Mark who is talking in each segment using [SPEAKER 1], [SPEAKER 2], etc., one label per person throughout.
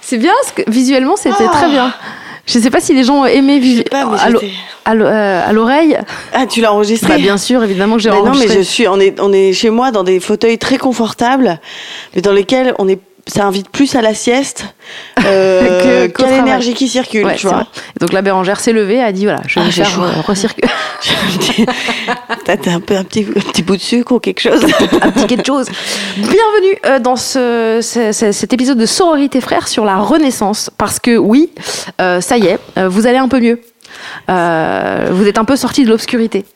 [SPEAKER 1] C'est bien, parce que visuellement, c'était très bien. Je sais pas si les gens aimaient
[SPEAKER 2] Ah. sais
[SPEAKER 1] visu-
[SPEAKER 2] pas, mais
[SPEAKER 1] à l'o-
[SPEAKER 2] c'était-
[SPEAKER 1] à l'o- euh, à l'oreille.
[SPEAKER 2] Ah, tu l'as enregistré
[SPEAKER 1] Bah, bien sûr, évidemment que j'ai
[SPEAKER 2] Mais non, mais
[SPEAKER 1] enregistré.
[SPEAKER 2] je suis, on est, on est chez moi dans des fauteuils très confortables, mais dans lesquels on est, ça invite plus à la sieste euh,
[SPEAKER 1] Que- qu'au
[SPEAKER 2] qu'à
[SPEAKER 1] travail.
[SPEAKER 2] l'énergie qui circule,
[SPEAKER 1] Ouais,
[SPEAKER 2] tu
[SPEAKER 1] c'est
[SPEAKER 2] vois.
[SPEAKER 1] vrai. Et donc la Bérangère s'est levée, a dit voilà, je vais
[SPEAKER 2] Ah,
[SPEAKER 1] me
[SPEAKER 2] j'ai
[SPEAKER 1] faire
[SPEAKER 2] chaud.
[SPEAKER 1] euh, recirculer
[SPEAKER 2] T'as t'as un peu un petit, un petit bout de sucre ou quelque chose.
[SPEAKER 1] un petit quelque chose. Bienvenue euh, dans ce, ce- ce- cet épisode de Sororité Frères sur la Renaissance, parce que oui, euh, ça y est, euh, vous allez un peu mieux. Euh, vous êtes un peu sortis de l'obscurité.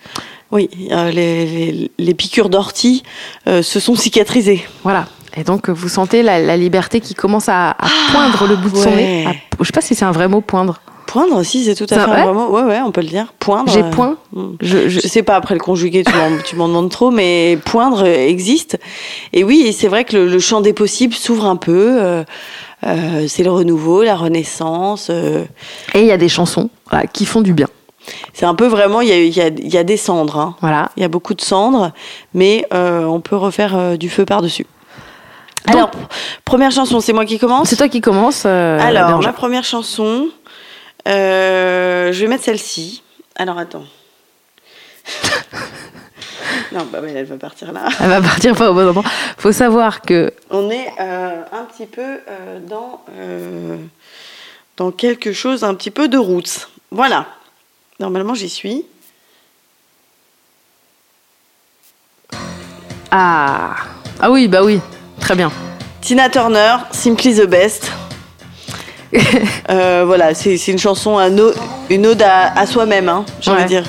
[SPEAKER 2] oui, euh, les, les- les piqûres d'ortie euh, se sont cicatrisées.
[SPEAKER 1] Voilà. Et donc, vous sentez la, la liberté qui commence à, à poindre le bout de son
[SPEAKER 2] Ah, ouais.
[SPEAKER 1] nez. À- je sais pas si c'est un vrai mot, poindre.
[SPEAKER 2] Poindre, si, c'est tout à
[SPEAKER 1] Ça
[SPEAKER 2] fait
[SPEAKER 1] va
[SPEAKER 2] un vrai mot. Ouais, ouais, on peut le dire. Poindre.
[SPEAKER 1] J'ai
[SPEAKER 2] euh,
[SPEAKER 1] point.
[SPEAKER 2] mm.
[SPEAKER 1] Je, je-
[SPEAKER 2] Je sais pas après le conjugué, tu m'en, tu m'en demandes trop, mais poindre euh, existe. Et oui, et c'est vrai que le, le champ des possibles s'ouvre un peu. euh, euh, c'est le renouveau, la renaissance. euh,
[SPEAKER 1] Et il y a des chansons voilà, qui font du bien.
[SPEAKER 2] c'est un peu vraiment, il y a, il y a- il y a des cendres. hein.
[SPEAKER 1] Voilà.
[SPEAKER 2] Il y a beaucoup de cendres, mais euh, on peut refaire euh, du feu par-dessus.
[SPEAKER 1] Donc-
[SPEAKER 2] Alors, première chanson, c'est moi qui commence.
[SPEAKER 1] C'est toi qui commence. euh,
[SPEAKER 2] Alors,
[SPEAKER 1] Bérangère.
[SPEAKER 2] ma première chanson, euh, je vais mettre celle-ci. Alors, attends. non, bah, mais elle va partir là.
[SPEAKER 1] Elle va partir pas au bon endroit. Faut savoir que
[SPEAKER 2] On est euh, un petit peu euh, dans, euh, dans quelque chose un petit peu de roots. Voilà. Normalement, j'y suis.
[SPEAKER 1] ah ah oui bah oui très bien.
[SPEAKER 2] Tina Turner, Simply the Best. Euh, voilà, c'est c'est une chanson, un o- une ode à, à soi-même, hein, j'ai envie
[SPEAKER 1] Ouais.
[SPEAKER 2] de dire.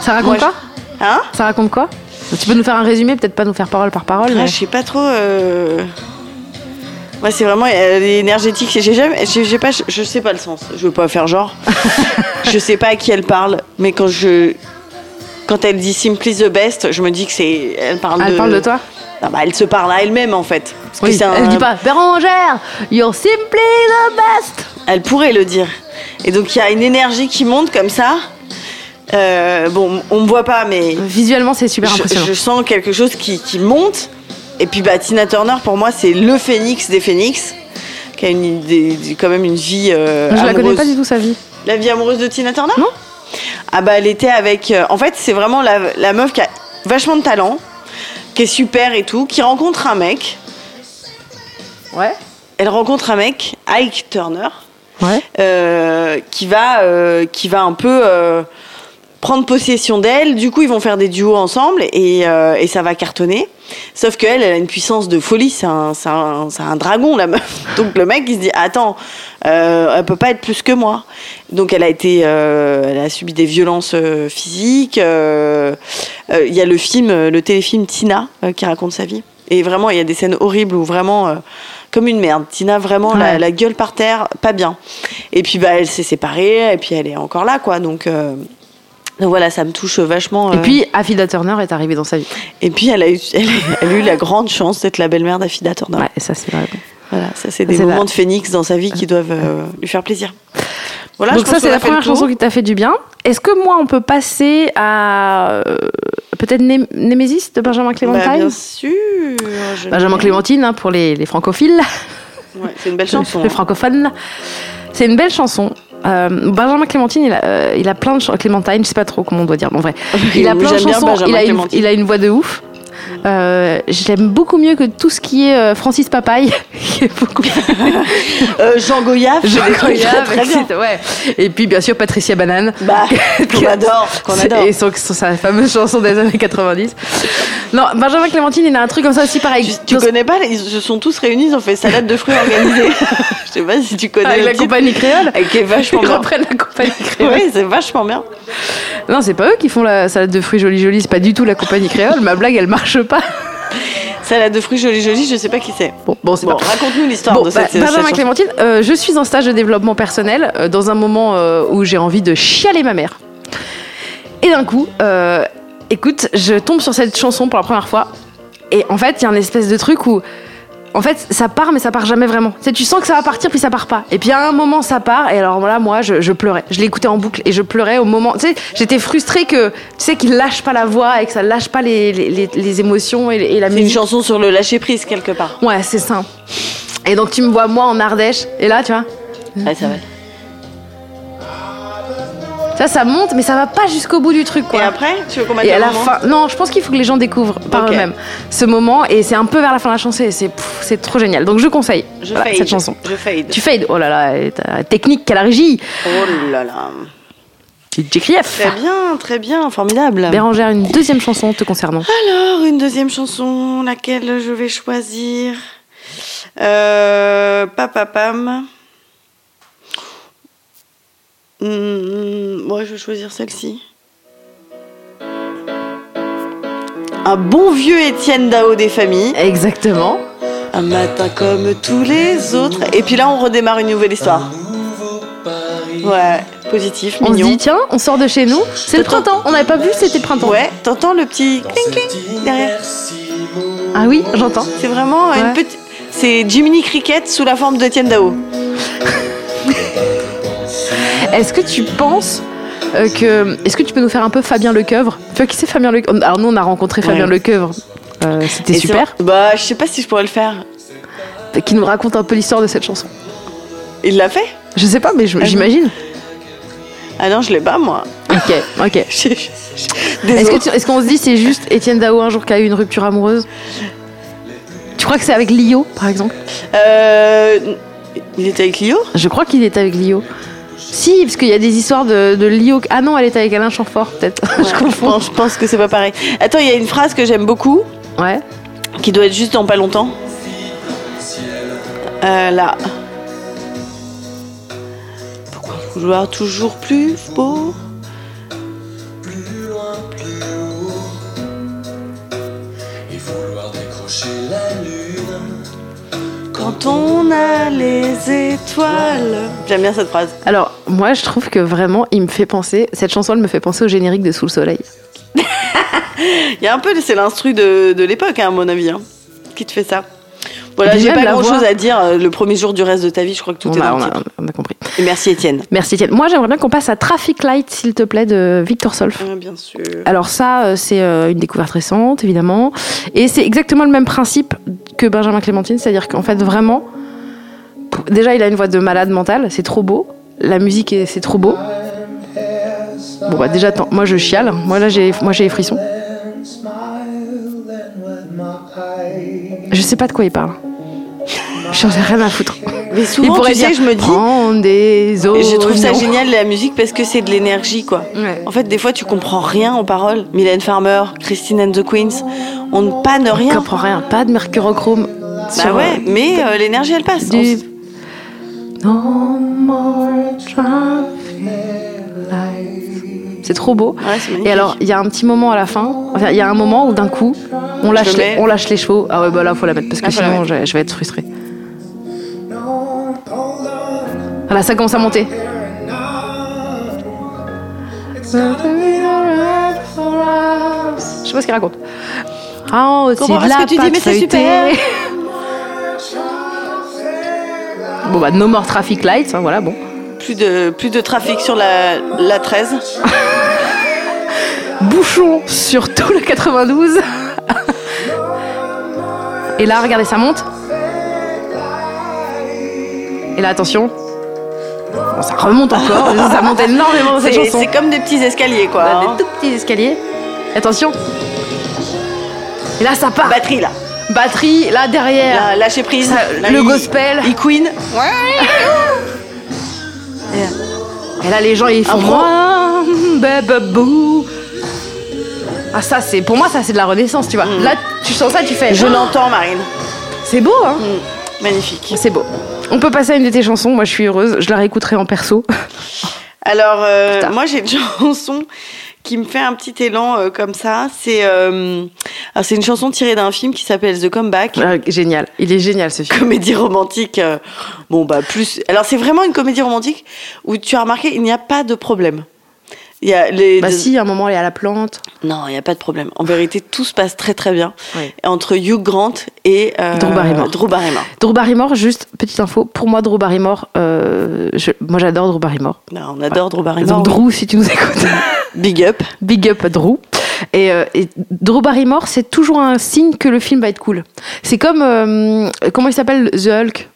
[SPEAKER 1] Ça raconte
[SPEAKER 2] Moi, je-
[SPEAKER 1] quoi
[SPEAKER 2] Hein
[SPEAKER 1] Ça raconte quoi Tu peux nous faire un résumé, peut-être pas nous faire parole par parole.
[SPEAKER 2] Ah,
[SPEAKER 1] mais-
[SPEAKER 2] je sais pas trop. euh, Moi, c'est vraiment elle est énergétique. J'ai jamais, j'ai j'ai pas, je sais pas le sens. Je veux pas faire genre. je sais pas à qui elle parle, mais quand je, quand elle dit Simply the best, je me dis que c'est, elle parle
[SPEAKER 1] Elle
[SPEAKER 2] de.
[SPEAKER 1] parle de toi
[SPEAKER 2] Ah bah, elle se parle à elle-même en fait. Parce que
[SPEAKER 1] Oui.
[SPEAKER 2] c'est un-
[SPEAKER 1] Elle dit pas Bérangère, you're simply the best.
[SPEAKER 2] Elle pourrait le dire. Et donc il y a une énergie qui monte comme ça. Euh, bon, on me voit pas, mais
[SPEAKER 1] Visuellement c'est super
[SPEAKER 2] je,
[SPEAKER 1] impressionnant.
[SPEAKER 2] je sens quelque chose qui, qui monte. Et puis bah, Tina Turner, pour moi, c'est le phénix des phénix, qui a une, des- des- quand même une vie euh,
[SPEAKER 1] Je la
[SPEAKER 2] amoureuse.
[SPEAKER 1] connais pas du tout sa vie.
[SPEAKER 2] La vie amoureuse de Tina Turner
[SPEAKER 1] Non.
[SPEAKER 2] Ah bah elle était avec... euh, en fait, c'est vraiment la, la meuf qui a vachement de talent, qui est super et tout, qui rencontre un mec.
[SPEAKER 1] Ouais.
[SPEAKER 2] Elle rencontre un mec, Ike Turner,
[SPEAKER 1] Ouais.
[SPEAKER 2] euh, qui, va, euh, qui va un peu... euh, prendre possession d'elle. Du coup, ils vont faire des duos ensemble et, euh, et ça va cartonner. Sauf qu'elle, elle a une puissance de folie. C'est un, c'est un, c'est un dragon, la meuf. Donc le mec, il se dit Attends, euh, elle peut pas être plus que moi. Donc elle a été, euh, elle a subi des violences euh, physiques. euh, euh, Il y a le film, euh, le téléfilm Tina euh, qui raconte sa vie. Et vraiment, il y a des scènes horribles où vraiment. euh, comme une merde. Tina, vraiment,
[SPEAKER 1] Ouais.
[SPEAKER 2] la, la gueule par terre, pas bien. Et puis, bah, elle s'est séparée, et puis elle est encore là, quoi. Donc, euh, donc voilà, ça me touche vachement.
[SPEAKER 1] Et
[SPEAKER 2] euh.
[SPEAKER 1] puis Afida Turner est arrivée dans sa vie.
[SPEAKER 2] et puis elle a eu, elle, a- elle a eu la grande chance d'être la belle-mère d'Affida Turner.
[SPEAKER 1] Ouais, ça c'est vrai.
[SPEAKER 2] Voilà, ça c'est des
[SPEAKER 1] C'est
[SPEAKER 2] moments
[SPEAKER 1] la-
[SPEAKER 2] de phénix dans sa vie qui doivent euh, lui faire plaisir. Voilà,
[SPEAKER 1] Donc
[SPEAKER 2] je pense
[SPEAKER 1] ça
[SPEAKER 2] qu'on
[SPEAKER 1] c'est
[SPEAKER 2] a
[SPEAKER 1] la
[SPEAKER 2] fait le
[SPEAKER 1] première
[SPEAKER 2] tour.
[SPEAKER 1] chanson qui t'a fait du bien. Est-ce que moi on peut passer à euh, peut-être Né- Némésis de Benjamin Clémentine
[SPEAKER 2] Bah, bien sûr. je-
[SPEAKER 1] Benjamin Clémentine hein, pour les, les francophiles,
[SPEAKER 2] Ouais, c'est une belle chanson.
[SPEAKER 1] les
[SPEAKER 2] hein.
[SPEAKER 1] francophones. C'est une belle chanson. Euh, Benjamin Clémentine, il a, euh, il a plein de chansons. Clémentine, je sais pas trop comment on doit dire, mais en vrai. Il a
[SPEAKER 2] Oui,
[SPEAKER 1] plein de
[SPEAKER 2] j'aime bien
[SPEAKER 1] chansons.
[SPEAKER 2] Benjamin
[SPEAKER 1] Il a, une,
[SPEAKER 2] Clémentine.
[SPEAKER 1] il a une voix de ouf. Euh, je l'aime beaucoup mieux que tout ce qui est euh, Francis Papaye, qui est beaucoup
[SPEAKER 2] Euh, Jean Goyave,
[SPEAKER 1] Jean
[SPEAKER 2] c'est des trucs
[SPEAKER 1] Goya,
[SPEAKER 2] très, très bien.
[SPEAKER 1] etc. Ouais. Et puis bien sûr Patricia Banane.
[SPEAKER 2] Bah, qu'on adore, qu'on
[SPEAKER 1] C'est-
[SPEAKER 2] adore.
[SPEAKER 1] Et son, son- sa fameuse chanson des années 90. Non, Benjamin Clémentine, il a un truc comme ça aussi, pareil.
[SPEAKER 2] Tu, tu
[SPEAKER 1] Dans-
[SPEAKER 2] connais pas Ils se sont tous réunis, ils ont fait salade de fruits organisée. Je sais pas si tu connais
[SPEAKER 1] avec
[SPEAKER 2] le
[SPEAKER 1] Ah, la
[SPEAKER 2] titre.
[SPEAKER 1] compagnie créole.
[SPEAKER 2] Et qui est vachement
[SPEAKER 1] Ils
[SPEAKER 2] bien.
[SPEAKER 1] reprennent la compagnie créole.
[SPEAKER 2] Oui, c'est vachement bien.
[SPEAKER 1] Non, c'est pas eux qui font la salade de fruits jolie jolie, c'est pas du tout la compagnie créole. Ma blague, elle marche pas.
[SPEAKER 2] Salade de fruits jolie jolie, je sais pas qui c'est.
[SPEAKER 1] Bon, bon, c'est
[SPEAKER 2] Bon,
[SPEAKER 1] pas.
[SPEAKER 2] raconte-nous l'histoire
[SPEAKER 1] Bon,
[SPEAKER 2] de
[SPEAKER 1] bah,
[SPEAKER 2] cette, cette
[SPEAKER 1] Benjamin
[SPEAKER 2] chanson.
[SPEAKER 1] Clémentine, euh, je suis en stage de développement personnel euh, dans un moment euh, où j'ai envie de chialer ma mère. Et d'un coup, euh, écoute, je tombe sur cette chanson pour la première fois. Et en fait, il y a un espèce de truc où. En fait, ça part, mais ça part jamais vraiment. Tu, sais, tu sens que ça va partir, puis ça part pas. Et puis à un moment, ça part, et alors là, moi, je, je pleurais. Je l'écoutais en boucle, et je pleurais au moment. Tu sais, j'étais frustrée que. Tu sais, qu'il lâche pas la voix, et que ça lâche pas les, les- les- les émotions et, les- et la
[SPEAKER 2] C'est une
[SPEAKER 1] musique.
[SPEAKER 2] chanson sur le lâcher prise quelque part.
[SPEAKER 1] Ouais, c'est ça. Et donc tu me vois moi en Ardèche, et là tu vois, Mmh.
[SPEAKER 2] Ouais, ça va.
[SPEAKER 1] ça ça monte, mais ça va pas jusqu'au bout du truc quoi.
[SPEAKER 2] Et après, tu veux qu'on mette
[SPEAKER 1] Et
[SPEAKER 2] le
[SPEAKER 1] à la
[SPEAKER 2] moment
[SPEAKER 1] fin, non, je pense qu'il faut que les gens découvrent par
[SPEAKER 2] Ok.
[SPEAKER 1] eux-mêmes ce moment, et c'est un peu vers la fin de la chanson, et c'est pff, c'est trop génial. Donc je conseille
[SPEAKER 2] Je
[SPEAKER 1] voilà,
[SPEAKER 2] fade.
[SPEAKER 1] cette chanson.
[SPEAKER 2] Je fade.
[SPEAKER 1] Tu fades, oh là là, et t'as- technique qu'à la régie,
[SPEAKER 2] Oh là là.
[SPEAKER 1] JKF.
[SPEAKER 2] Très bien, très bien, formidable.
[SPEAKER 1] Bérangère, une deuxième chanson te concernant.
[SPEAKER 2] Alors, une deuxième chanson, laquelle je vais choisir euh, Papapam. Hmm, moi, je vais choisir celle-ci. Un bon vieux Étienne Dao des familles.
[SPEAKER 1] Exactement.
[SPEAKER 2] Un matin comme tous les autres. Et puis là, on redémarre une nouvelle histoire. Ouais, positif,
[SPEAKER 1] On se
[SPEAKER 2] mignon.
[SPEAKER 1] dit tiens, on sort de chez nous, c'est le printemps. On n'avait pas vu, c'était le printemps.
[SPEAKER 2] Ouais, t'entends le petit cling cling derrière.
[SPEAKER 1] Ah oui, j'entends.
[SPEAKER 2] C'est vraiment
[SPEAKER 1] Ouais.
[SPEAKER 2] une petite. C'est Jiminy Cricket sous la forme d'Etienne Dao.
[SPEAKER 1] Est-ce que tu penses euh, que. Est-ce que tu peux nous faire un peu Fabien Lecoeuvre Tu vois qui c'est Fabien Lecoeuvre Alors nous on a rencontré Fabien
[SPEAKER 2] Ouais.
[SPEAKER 1] Lecoeuvre. Euh, C'était
[SPEAKER 2] Et
[SPEAKER 1] super.
[SPEAKER 2] c'est- Bah, je sais pas si je pourrais le faire.
[SPEAKER 1] Qui nous raconte un peu l'histoire de cette chanson.
[SPEAKER 2] Il l'a fait
[SPEAKER 1] Je sais pas, mais je- j'imagine.
[SPEAKER 2] Ah non, je l'ai pas moi.
[SPEAKER 1] Ok, ok.
[SPEAKER 2] J'ai- j'ai- Désolée.
[SPEAKER 1] Est-ce que tu- est-ce qu'on se dit c'est juste Étienne Dao un jour qui a eu une rupture amoureuse Tu crois que c'est avec Lio par exemple
[SPEAKER 2] Euh, Il était avec Lio
[SPEAKER 1] Je crois qu'il était avec Lio. Si, parce qu'il y a des histoires de, de Lio. Ah non, elle était avec Alain Chamfort peut-être. je confonds.
[SPEAKER 2] pense, je pense que c'est pas pareil. Attends, il y a une phrase que j'aime beaucoup,
[SPEAKER 1] Ouais.
[SPEAKER 2] qui doit être juste dans pas longtemps. Euh, là. Pourquoi vouloir toujours plus beau Quand on a les étoiles. J'aime bien cette phrase.
[SPEAKER 1] Alors, moi, je trouve que vraiment, il me fait penser. Cette chanson, elle me fait penser au générique de Sous le Soleil.
[SPEAKER 2] Il y a un peu, c'est l'instru de, de l'époque, hein, à mon avis, hein, qui te fait ça. Voilà,
[SPEAKER 1] Puis
[SPEAKER 2] j'ai
[SPEAKER 1] même
[SPEAKER 2] pas
[SPEAKER 1] la
[SPEAKER 2] grand chose
[SPEAKER 1] voix.
[SPEAKER 2] à dire. euh, Le premier jour du reste de ta vie, je crois que tout
[SPEAKER 1] on,
[SPEAKER 2] est
[SPEAKER 1] a, bah,
[SPEAKER 2] dans
[SPEAKER 1] on
[SPEAKER 2] le
[SPEAKER 1] a-
[SPEAKER 2] titre.
[SPEAKER 1] on a compris.
[SPEAKER 2] Et merci, Étienne.
[SPEAKER 1] Merci Étienne. Moi j'aimerais bien qu'on passe à Traffic Light, s'il te plaît, de Victor Solf.
[SPEAKER 2] Ouais, Ah, bien sûr.
[SPEAKER 1] Alors ça, euh, c'est euh, une découverte récente, évidemment. Et c'est exactement le même principe que Benjamin Clémentine, c'est-à-dire qu'en fait, vraiment, pff, déjà, il a une voix de malade mental, c'est trop beau. La musique, est- c'est trop beau. Bon, bah déjà, attends, moi je chiale, moi là j'ai moi, j'ai les frissons. Je sais pas de quoi il parle. J'en ai rien à foutre.
[SPEAKER 2] Mais
[SPEAKER 1] Il
[SPEAKER 2] souvent,
[SPEAKER 1] pourrait
[SPEAKER 2] tu sais,
[SPEAKER 1] dire,
[SPEAKER 2] je me dis,
[SPEAKER 1] Prendre des
[SPEAKER 2] et je trouve ça
[SPEAKER 1] oignons.
[SPEAKER 2] génial la musique parce que c'est de l'énergie, quoi.
[SPEAKER 1] Oh, Ouais.
[SPEAKER 2] En fait, des fois, tu comprends rien aux paroles. Mylène Farmer, Christine and the Queens, on ne panne
[SPEAKER 1] Je
[SPEAKER 2] rien.
[SPEAKER 1] comprends rien, pas de mercurochrome.
[SPEAKER 2] Bah
[SPEAKER 1] sur,
[SPEAKER 2] ouais, mais euh, l'énergie, elle passe.
[SPEAKER 1] euh,
[SPEAKER 2] On
[SPEAKER 1] du-
[SPEAKER 2] s-
[SPEAKER 1] No more traffic lights. C'est trop beau.
[SPEAKER 2] Ouais, c'est magnifique.
[SPEAKER 1] Et alors, il y a un petit moment à la fin, enfin, il y a un moment où d'un coup, on lâche,
[SPEAKER 2] le
[SPEAKER 1] les,
[SPEAKER 2] mets.
[SPEAKER 1] on lâche les chevaux. Ah ouais, bah là, faut la mettre parce que
[SPEAKER 2] Ah, faut la
[SPEAKER 1] sinon, je, je vais être frustrée. Voilà, ça commence à monter. Je sais pas ce qu'elle raconte. Ah, au-dessus
[SPEAKER 2] comprends
[SPEAKER 1] de
[SPEAKER 2] pas ce
[SPEAKER 1] la
[SPEAKER 2] que tu dis,
[SPEAKER 1] pâte
[SPEAKER 2] mais c'est
[SPEAKER 1] feuilletée.
[SPEAKER 2] super.
[SPEAKER 1] Bon bah no more traffic lights, hein, voilà bon.
[SPEAKER 2] Plus de, plus de trafic sur la, la 13.
[SPEAKER 1] Bouchon sur tout le 92. Et là, regardez, ça monte. Et là, attention. Bon, ça remonte encore, ça monte énormément dans cette
[SPEAKER 2] C'est
[SPEAKER 1] chanson. Ah. Bah,
[SPEAKER 2] hein. c'est comme des petits escaliers, quoi.
[SPEAKER 1] On a
[SPEAKER 2] hein.
[SPEAKER 1] des tout petits escaliers. Attention. Et là, ça part.
[SPEAKER 2] Batterie là.
[SPEAKER 1] Batterie, là derrière.
[SPEAKER 2] Là, lâcher prise.
[SPEAKER 1] Ah. Ça,
[SPEAKER 2] Là,
[SPEAKER 1] le
[SPEAKER 2] il-
[SPEAKER 1] gospel.
[SPEAKER 2] Il queen.
[SPEAKER 1] Et là, les gens, ils font.
[SPEAKER 2] pro.
[SPEAKER 1] Wham, baba, boo. Ah, ça, c'est. Pour moi, ça, c'est de la renaissance, tu vois. Là, tu sens ça, tu fais.
[SPEAKER 2] Mm.
[SPEAKER 1] Ah,
[SPEAKER 2] Je l'entends, Marine.
[SPEAKER 1] C'est beau, hein
[SPEAKER 2] Magnifique.
[SPEAKER 1] C'est beau. On peut passer à une de tes chansons. Moi, je suis heureuse. Je la réécouterai en perso.
[SPEAKER 2] Alors, euh,
[SPEAKER 1] Putain.
[SPEAKER 2] moi, j'ai une chanson qui me fait un petit élan euh, comme ça. C'est euh, alors, c'est une chanson tirée d'un film qui s'appelle The Comeback.
[SPEAKER 1] Euh, génial. Il est génial, ce film.
[SPEAKER 2] Comédie romantique. euh, bon, bah, plus. Alors, c'est vraiment une comédie romantique où tu as remarqué, il n'y a pas de problème. Il y a les.
[SPEAKER 1] Bah,
[SPEAKER 2] deux-
[SPEAKER 1] si, à un moment, elle est à la plante.
[SPEAKER 2] Non, il n'y a pas de problème. En vérité, tout se passe très très bien
[SPEAKER 1] Oui.
[SPEAKER 2] entre Hugh Grant et euh,
[SPEAKER 1] Drew Barrymore.
[SPEAKER 2] Drew Barrymore.
[SPEAKER 1] Drew Barrymore, juste petite info. Pour moi, Drew Barrymore, euh, je- moi, j'adore Drew Barrymore.
[SPEAKER 2] Non, Bah, on adore Drew Barrymore.
[SPEAKER 1] Donc, Drew, si tu nous écoutes.
[SPEAKER 2] Big up.
[SPEAKER 1] Big up Drew. Et, euh, et Drew Barrymore, c'est toujours un signe que le film va être cool. C'est comme. euh, comment il s'appelle The Hulk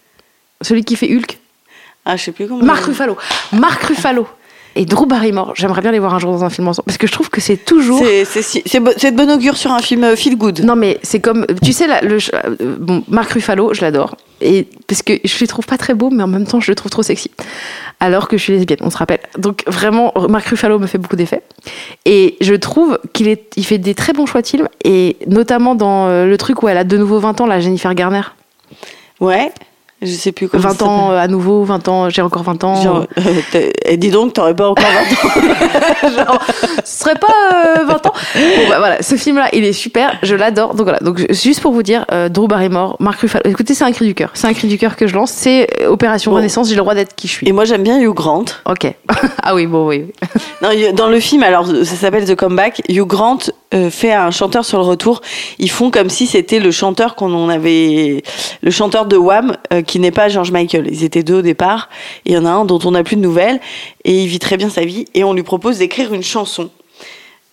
[SPEAKER 1] Celui qui fait Hulk
[SPEAKER 2] Ah, je sais plus comment.
[SPEAKER 1] Marc Ruffalo. Marc Ruffalo. Et Drew Barrymore, j'aimerais bien les voir un jour dans un film ensemble. Parce que je trouve que c'est toujours.
[SPEAKER 2] C'est c'est si- c'est bo- c'est de bon augure sur un film euh, feel good.
[SPEAKER 1] Non, mais c'est comme. Tu sais, là, le, euh, bon, Marc Ruffalo, je l'adore. Et parce que je le trouve pas très beau, mais en même temps, je le trouve trop sexy. Alors que je suis lesbienne, on se rappelle. Donc vraiment, Marc Ruffalo me fait beaucoup d'effet. Et je trouve qu'il est, il fait des très bons choix de films. Et notamment dans euh, le truc où elle a de nouveau 20 ans, la Jennifer Garner.
[SPEAKER 2] Ouais. Je sais plus comment.
[SPEAKER 1] 20
[SPEAKER 2] ça
[SPEAKER 1] ans euh, à nouveau, 20 ans, j'ai encore 20 ans.
[SPEAKER 2] s'appelle. Genre, euh, t'es- eh, dis donc, t'aurais pas encore 20 ans.
[SPEAKER 1] Genre, ce serait pas euh, 20 ans. Bon, bah, voilà, ce film-là, il est super, je l'adore. Donc voilà, donc je- juste pour vous dire, euh, Drew Barrymore, Marc Ruffalo. Écoutez, c'est un cri du cœur. C'est un cri du cœur que je lance. C'est euh, Opération
[SPEAKER 2] Bon.
[SPEAKER 1] Renaissance. J'ai le droit d'être qui je suis.
[SPEAKER 2] Et moi, j'aime bien Hugh Grant.
[SPEAKER 1] Ok. ah oui, bon, oui. oui.
[SPEAKER 2] Non, il y a- dans le film, alors ça s'appelle The Comeback. Hugh Grant euh, fait un chanteur sur le retour. Ils font comme si c'était le chanteur qu'on en avait, le chanteur de Wham euh, qui n'est pas George Michael. Ils étaient deux au départ. et Il y en a un dont on n'a plus de nouvelles et il vit très bien sa vie. Et on lui propose d'écrire une chanson.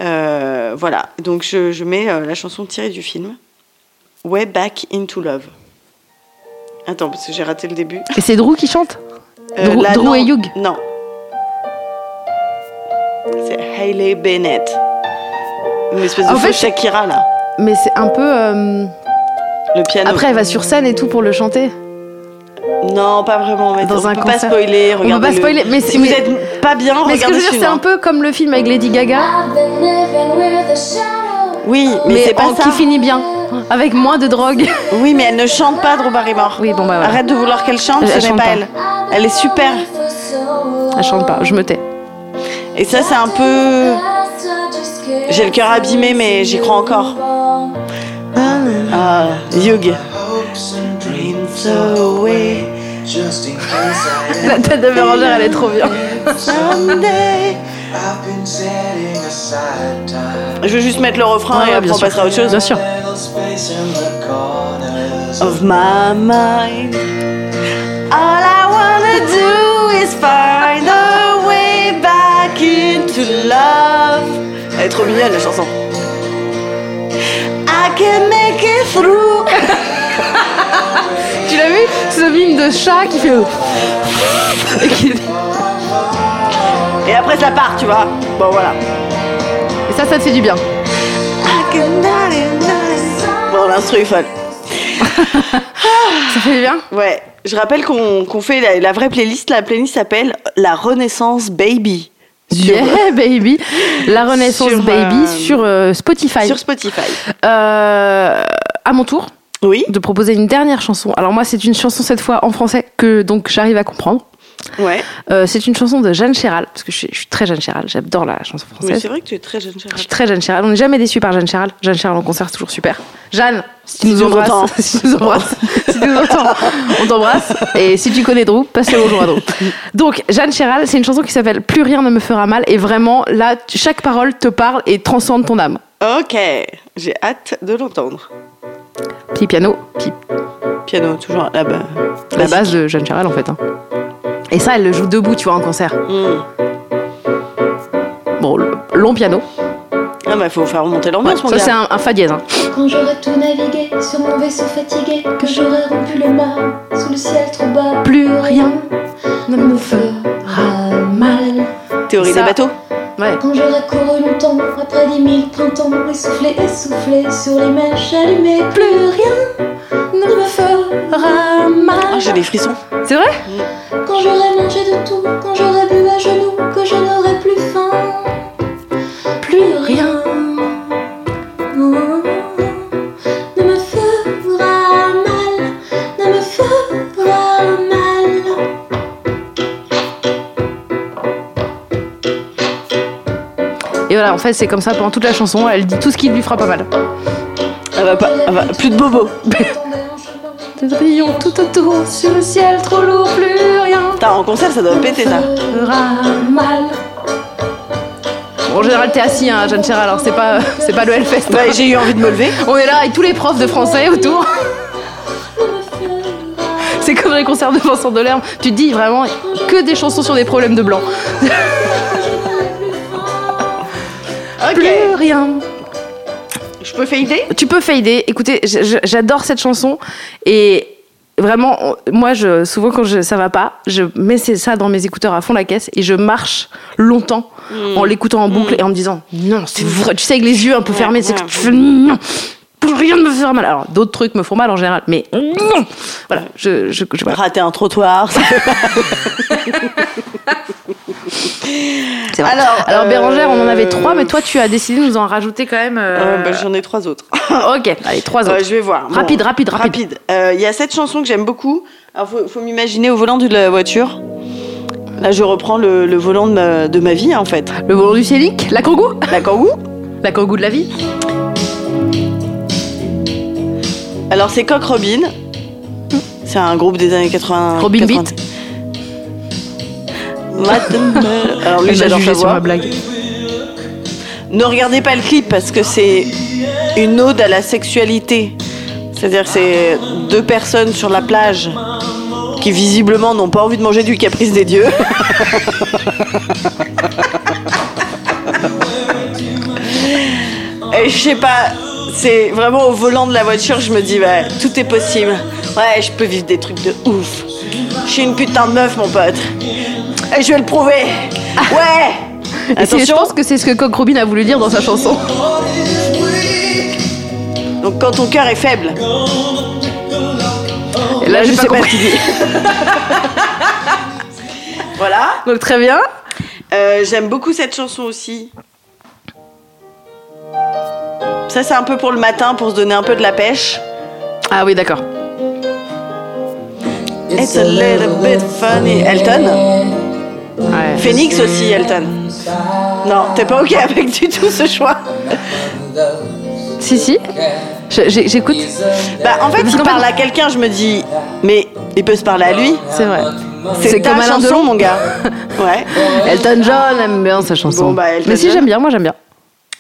[SPEAKER 2] Euh, voilà. Donc je, je mets euh, la chanson tirée du film Way Back into Love. Attends, parce que j'ai raté le début.
[SPEAKER 1] Et c'est Drew qui chante Euh, Drew-
[SPEAKER 2] là,
[SPEAKER 1] Drew
[SPEAKER 2] non,
[SPEAKER 1] et Hugh.
[SPEAKER 2] Euh, Non. C'est Hailey Bennett. Une espèce de
[SPEAKER 1] En
[SPEAKER 2] faux
[SPEAKER 1] fait-
[SPEAKER 2] Shakira, là.
[SPEAKER 1] Mais c'est un peu. euh,
[SPEAKER 2] Ah Le piano.
[SPEAKER 1] Après, elle va sur scène et tout pour le chanter.
[SPEAKER 2] Non, pas vraiment. Mais
[SPEAKER 1] Dans
[SPEAKER 2] on
[SPEAKER 1] un
[SPEAKER 2] peut
[SPEAKER 1] concert.
[SPEAKER 2] pas spoiler.
[SPEAKER 1] On peut pas
[SPEAKER 2] regardez-le.
[SPEAKER 1] spoiler, mais c'est-
[SPEAKER 2] si vous
[SPEAKER 1] mais-
[SPEAKER 2] êtes pas bien,
[SPEAKER 1] Mais ce que je
[SPEAKER 2] Oh, regardez
[SPEAKER 1] veux dire, c'est
[SPEAKER 2] celui-là.
[SPEAKER 1] un peu comme le film avec Lady Gaga,
[SPEAKER 3] I've been living with a shadow.
[SPEAKER 2] Oui, mais,
[SPEAKER 1] mais
[SPEAKER 2] c'est pas
[SPEAKER 1] en-
[SPEAKER 2] ça.
[SPEAKER 1] qui finit bien, avec moins de drogue.
[SPEAKER 2] Oui, mais elle ne chante pas, Drew Barrymore.
[SPEAKER 1] Oui, bon, bah, voilà.
[SPEAKER 2] Arrête de vouloir qu'elle chante,
[SPEAKER 1] Elle- elle
[SPEAKER 2] ce n'est
[SPEAKER 1] chante
[SPEAKER 2] pas,
[SPEAKER 1] pas.
[SPEAKER 2] elle. Elle est super.
[SPEAKER 3] For so long.
[SPEAKER 1] Elle chante pas, je me tais.
[SPEAKER 2] Et ça, c'est un peu. J'ai le cœur abîmé, mais j'y crois encore. Ah, Hugh.
[SPEAKER 1] La tête de Béranger, elle est trop bien.
[SPEAKER 2] Someday. Je vais juste mettre le refrain
[SPEAKER 1] Ouais,
[SPEAKER 2] et
[SPEAKER 1] ouais,
[SPEAKER 2] après
[SPEAKER 1] bien
[SPEAKER 2] on
[SPEAKER 1] sûr.
[SPEAKER 2] passera à autre chose.
[SPEAKER 1] Bien sûr.
[SPEAKER 2] Of my mind. All I wanna do is find a way back into love. Elle est trop mignonne la chanson. I can make it through.
[SPEAKER 1] Tu l'as vu Ce mime de chat qui fait. Et qui-
[SPEAKER 2] Et après ça part, tu vois. Bon voilà.
[SPEAKER 1] Et ça, ça te fait du bien.
[SPEAKER 2] I can not enough. Bon l'instru est folle.
[SPEAKER 1] Ça fait du bien
[SPEAKER 2] Ouais, je rappelle qu'on qu'on fait la, la vraie playlist. La playlist s'appelle La Renaissance Baby. Sur, euh,
[SPEAKER 1] Yeah, baby. La Renaissance
[SPEAKER 2] Sur,
[SPEAKER 1] Baby
[SPEAKER 2] euh,
[SPEAKER 1] sur euh, Spotify.
[SPEAKER 2] sur Spotify.
[SPEAKER 1] Euh, à mon tour
[SPEAKER 2] Oui,
[SPEAKER 1] de proposer une dernière chanson. Alors moi, c'est une chanson cette fois en français que donc j'arrive à comprendre.
[SPEAKER 2] ouais.
[SPEAKER 1] Euh, c'est une chanson de Jeanne Chéral parce que je suis, je suis très Jeanne Chéral. J'adore la chanson
[SPEAKER 2] Mais
[SPEAKER 1] française.
[SPEAKER 2] c'est vrai que tu es très jeune, Charles.
[SPEAKER 1] Je suis très Jeanne Chéral. On n'est jamais déçu par Jeanne Chéral. Jeanne Chéral en concert, c'est toujours super. Jeanne, si tu
[SPEAKER 2] Si
[SPEAKER 1] nous
[SPEAKER 2] tu nous
[SPEAKER 1] embrasses,
[SPEAKER 2] entends.
[SPEAKER 1] si tu nous embrasses, si tu nous entends, on t'embrasse. Et si tu connais Drew, passe le bonjour à Drew. Donc, Jeanne Chéral, c'est une chanson qui s'appelle Plus rien ne me fera mal. Et vraiment, là, tu- chaque parole te parle et transcende ton âme.
[SPEAKER 2] Ok, j'ai hâte de l'entendre.
[SPEAKER 1] Petit piano, petit-
[SPEAKER 2] Piano, toujours là-bas.
[SPEAKER 1] la base de Jeanne Chéral en fait. hein. Et ça, elle le joue debout, tu vois, en concert. Bon, le- long piano.
[SPEAKER 2] Ah bah faut faire remonter l'ambiance, mon
[SPEAKER 1] ça,
[SPEAKER 2] gars.
[SPEAKER 1] c'est un, un fa dièse. hein.
[SPEAKER 3] Quand j'aurai tout navigué sur mon vaisseau fatigué, que j'aurai rompu le mât sous le ciel trop bas,
[SPEAKER 1] Plus rien
[SPEAKER 3] ne me fera mal.
[SPEAKER 2] Théorie
[SPEAKER 1] ça-
[SPEAKER 2] des bateaux.
[SPEAKER 1] Ouais.
[SPEAKER 3] Quand j'aurais couru longtemps, après dix mille printemps, essoufflé, essoufflé sur les mèches allumées, plus rien ne me fera
[SPEAKER 2] Ah,
[SPEAKER 3] mal.
[SPEAKER 2] j'ai des frissons.
[SPEAKER 1] C'est vrai
[SPEAKER 3] Quand j'aurais mangé de tout, quand j'aurais bu à genoux, que je n'aurais plus faim, plus rien ne me fera mal, ne me fera mal.
[SPEAKER 1] Et voilà, en fait, c'est comme ça pendant toute la chanson, elle dit tout ce qui lui fera pas mal.
[SPEAKER 2] Elle va pas,
[SPEAKER 1] Ah bah.
[SPEAKER 2] elle va- Ah bah, plus de bobo.
[SPEAKER 1] Des brillons tout autour sur le ciel, trop lourd, plus rien.
[SPEAKER 2] Putain, en concert, ça doit péter ça.
[SPEAKER 3] Fera mal.
[SPEAKER 1] Bon, en général, t'es assis, hein, Jeanne Chéral, alors c'est pas, c'est pas le Hellfest.
[SPEAKER 2] Bah, j'ai eu envie de me lever.
[SPEAKER 1] On est là avec tous les profs de français autour. C'est comme les concerts de Vincent Delerme. Tu te dis vraiment que des chansons sur des problèmes de blanc. Plus rien.
[SPEAKER 2] Je peux fader
[SPEAKER 1] Tu peux fader. Écoutez, j- j- j'adore cette chanson et vraiment, on- moi, je, souvent quand je, ça va pas, je mets c'est- ça dans mes écouteurs à fond la caisse et je marche longtemps en l'écoutant en boucle et en me disant non, c'est vrai. Tu sais, avec les yeux un peu fermés, c'est que
[SPEAKER 2] Hmm. ouais.
[SPEAKER 1] tu fais non. Plus rien ne me faire mal. Alors, d'autres trucs me font mal en général, mais non Voilà, je, je, je- voilà.
[SPEAKER 2] Rater un trottoir. ça fait-
[SPEAKER 1] C'est vrai.
[SPEAKER 2] Alors,
[SPEAKER 1] Alors,
[SPEAKER 2] euh,
[SPEAKER 1] Bérangère, on en avait trois, mais toi, tu as décidé de nous en rajouter quand même. euh,
[SPEAKER 2] Euh, bah, J'en ai trois autres.
[SPEAKER 1] ok, allez, trois autres.
[SPEAKER 2] Euh, je vais voir. Bon.
[SPEAKER 1] Rapide, rapide, rapide.
[SPEAKER 2] Rapide. Euh, Il y a cette chanson que j'aime beaucoup. Alors, faut, faut m'imaginer au volant de la voiture. Là, je reprends le, le volant de ma, de ma vie, en fait.
[SPEAKER 1] Le volant du Célic, la kangou,
[SPEAKER 2] La kangou.
[SPEAKER 1] la kangou de la vie.
[SPEAKER 2] Alors, c'est Coq Robin. C'est un groupe des années 80.
[SPEAKER 1] Robin
[SPEAKER 2] 80.
[SPEAKER 1] Beat.
[SPEAKER 2] Mademoiselle- Alors,
[SPEAKER 1] Elle
[SPEAKER 2] lui,
[SPEAKER 1] m'a
[SPEAKER 2] j'adore
[SPEAKER 1] jugé
[SPEAKER 2] sa
[SPEAKER 1] sur
[SPEAKER 2] voix.
[SPEAKER 1] ma blague.
[SPEAKER 2] Ne regardez pas le clip parce que c'est une ode à la sexualité. C'est-à-dire que c'est deux personnes sur la plage qui visiblement n'ont pas envie de manger du caprice des dieux. Et je sais pas, c'est vraiment au volant de la voiture, je me dis, bah, tout est possible. Ouais, je peux vivre des trucs de ouf. Je suis une putain de meuf, mon pote. Et je vais le prouver. Ouais.
[SPEAKER 1] Ah. Et c'est- je pense que c'est ce que Coq Robin a voulu dire dans sa chanson.
[SPEAKER 2] Donc quand ton cœur est faible,
[SPEAKER 1] Et là, Bah, j'ai
[SPEAKER 2] je
[SPEAKER 1] pas
[SPEAKER 2] sais pas ce
[SPEAKER 1] compris.
[SPEAKER 2] qu'il dit. voilà.
[SPEAKER 1] Donc très bien.
[SPEAKER 2] Euh, J'aime beaucoup cette chanson aussi. Ça c'est un peu pour le matin, pour se donner un peu de la pêche.
[SPEAKER 1] Ah oui, d'accord.
[SPEAKER 2] It's a little bit funny. Elton
[SPEAKER 1] Ouais.
[SPEAKER 2] Phoenix aussi, Elton. Non, t'es pas ok avec du tout ce choix.
[SPEAKER 1] Si, si. Je- j'ai- J'écoute.
[SPEAKER 2] Bah en fait,
[SPEAKER 1] Parce
[SPEAKER 2] il
[SPEAKER 1] qu'en
[SPEAKER 2] parle
[SPEAKER 1] fait-
[SPEAKER 2] à quelqu'un, je me dis, mais il peut se parler à lui.
[SPEAKER 1] C'est vrai.
[SPEAKER 2] C'est ta
[SPEAKER 1] Alain
[SPEAKER 2] chanson,
[SPEAKER 1] Delon.
[SPEAKER 2] mon gars. Ouais.
[SPEAKER 1] Elton John aime bien sa chanson.
[SPEAKER 2] Bon, bah, Elton
[SPEAKER 1] Mais si,
[SPEAKER 2] John.
[SPEAKER 1] j'aime bien, moi j'aime bien.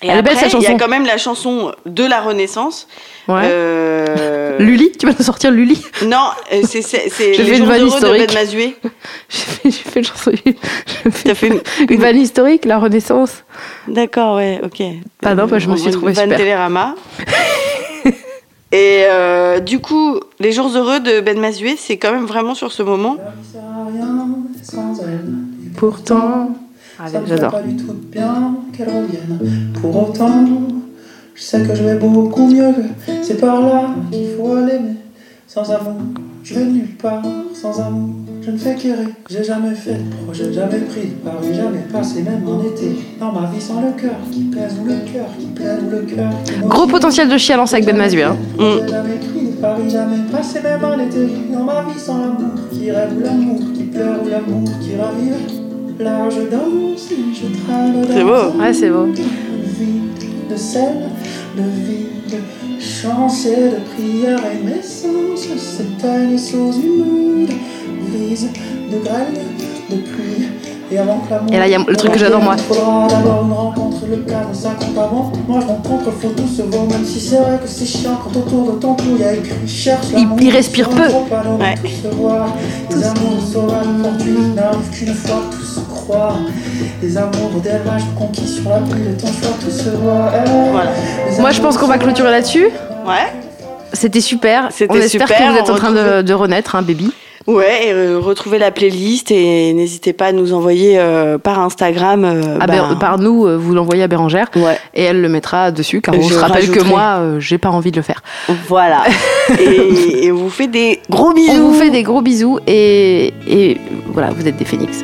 [SPEAKER 2] Et
[SPEAKER 1] Elle est belle,
[SPEAKER 2] après,
[SPEAKER 1] cette
[SPEAKER 2] Il y
[SPEAKER 1] chanson.
[SPEAKER 2] a quand même la chanson de la Renaissance.
[SPEAKER 1] Ouais.
[SPEAKER 2] Euh,
[SPEAKER 1] Lully, tu vas nous sortir Lully
[SPEAKER 2] Non, euh, c'est c'est- c'est
[SPEAKER 1] Je fais
[SPEAKER 2] les
[SPEAKER 1] une
[SPEAKER 2] jours
[SPEAKER 1] vanne
[SPEAKER 2] heureux de
[SPEAKER 1] historique.
[SPEAKER 2] Ben Mazué.
[SPEAKER 1] J'ai fait, j'ai fait une chanson. j'ai fait
[SPEAKER 2] T'as fait une-
[SPEAKER 1] une vanne historique, la Renaissance.
[SPEAKER 2] D'accord, ouais, ok.
[SPEAKER 1] Bah non, bah, je m'en suis
[SPEAKER 2] Une
[SPEAKER 1] trouvée
[SPEAKER 2] vanne
[SPEAKER 1] super.
[SPEAKER 2] Télérama. Et euh, du coup, les jours heureux de Ben Mazué, c'est quand même vraiment sur ce moment.
[SPEAKER 1] Pourtant. Ah,
[SPEAKER 4] Ça me fait
[SPEAKER 1] J'adore.
[SPEAKER 4] pas du tout de bien qu'elle revienne. Pour autant, je sais que je vais beaucoup mieux. C'est par là qu'il faut aller, mais sans amour, je vais nulle part. Sans amour, je ne fais qu'errer. J'ai jamais fait de projet, jamais pris de pari, jamais passé, même en été. Dans ma vie, sans le cœur qui pèse, ou le cœur qui plaît, ou le cœur qui
[SPEAKER 1] Gros
[SPEAKER 4] motive.
[SPEAKER 1] potentiel de chialance avec Ben Mazué. hein.
[SPEAKER 4] J'ai jamais pris de pari, jamais passé, même en été. Dans ma vie, sans l'amour qui rêve, ou l'amour qui pleure, ou l'amour qui ravive. Là, je danse, je traîne
[SPEAKER 2] C'est beau.
[SPEAKER 1] Ouais, c'est beau.
[SPEAKER 4] Vide de sel, de vide, chance et de prière et mes sens s'éteignent sous une onde, brise de graines, de pluie. Et, avant que l'amour
[SPEAKER 1] Et là, il y a le truc que j'adore, moi.
[SPEAKER 4] Il faudra d'abord une rencontre, le cas ne s'accorde pas bon. Moi, je rencontre, faut tout se voir, même si c'est vrai que c'est chiant quand autour de ton cou, il y a écrit cherche
[SPEAKER 1] Il-
[SPEAKER 4] l'amour,
[SPEAKER 1] il respire
[SPEAKER 4] sans
[SPEAKER 1] peu.
[SPEAKER 4] trop parler,
[SPEAKER 2] Ouais.
[SPEAKER 4] tout se voir. Les amours sauvages, fortune n'arrive qu'une fois, tout se croit. Les amours d'élevage conquis sur la pluie, le temps choix, tout se voit.
[SPEAKER 2] Voilà.
[SPEAKER 1] Moi, je pense qu'on va clôturer là-dessus.
[SPEAKER 2] Ouais.
[SPEAKER 1] C'était super.
[SPEAKER 2] C'était
[SPEAKER 1] On espère
[SPEAKER 2] super,
[SPEAKER 1] que vous êtes
[SPEAKER 2] on
[SPEAKER 1] en train de,
[SPEAKER 2] retrouve-
[SPEAKER 1] de renaître, hein, baby.
[SPEAKER 2] Ouais, et euh, retrouvez la playlist et n'hésitez pas à nous envoyer euh, par Instagram. euh,
[SPEAKER 1] À
[SPEAKER 2] bah,
[SPEAKER 1] Bé- Ah Par nous, euh, vous l'envoyez à Bérangère
[SPEAKER 2] Ouais,
[SPEAKER 1] et elle le mettra dessus car on
[SPEAKER 2] Je
[SPEAKER 1] se rappelle que
[SPEAKER 2] rajouterai.
[SPEAKER 1] moi, euh, j'ai pas envie de le faire.
[SPEAKER 2] voilà. et, et on vous fait des gros bisous.
[SPEAKER 1] On vous fait des gros bisous et, et voilà, vous êtes des phénix.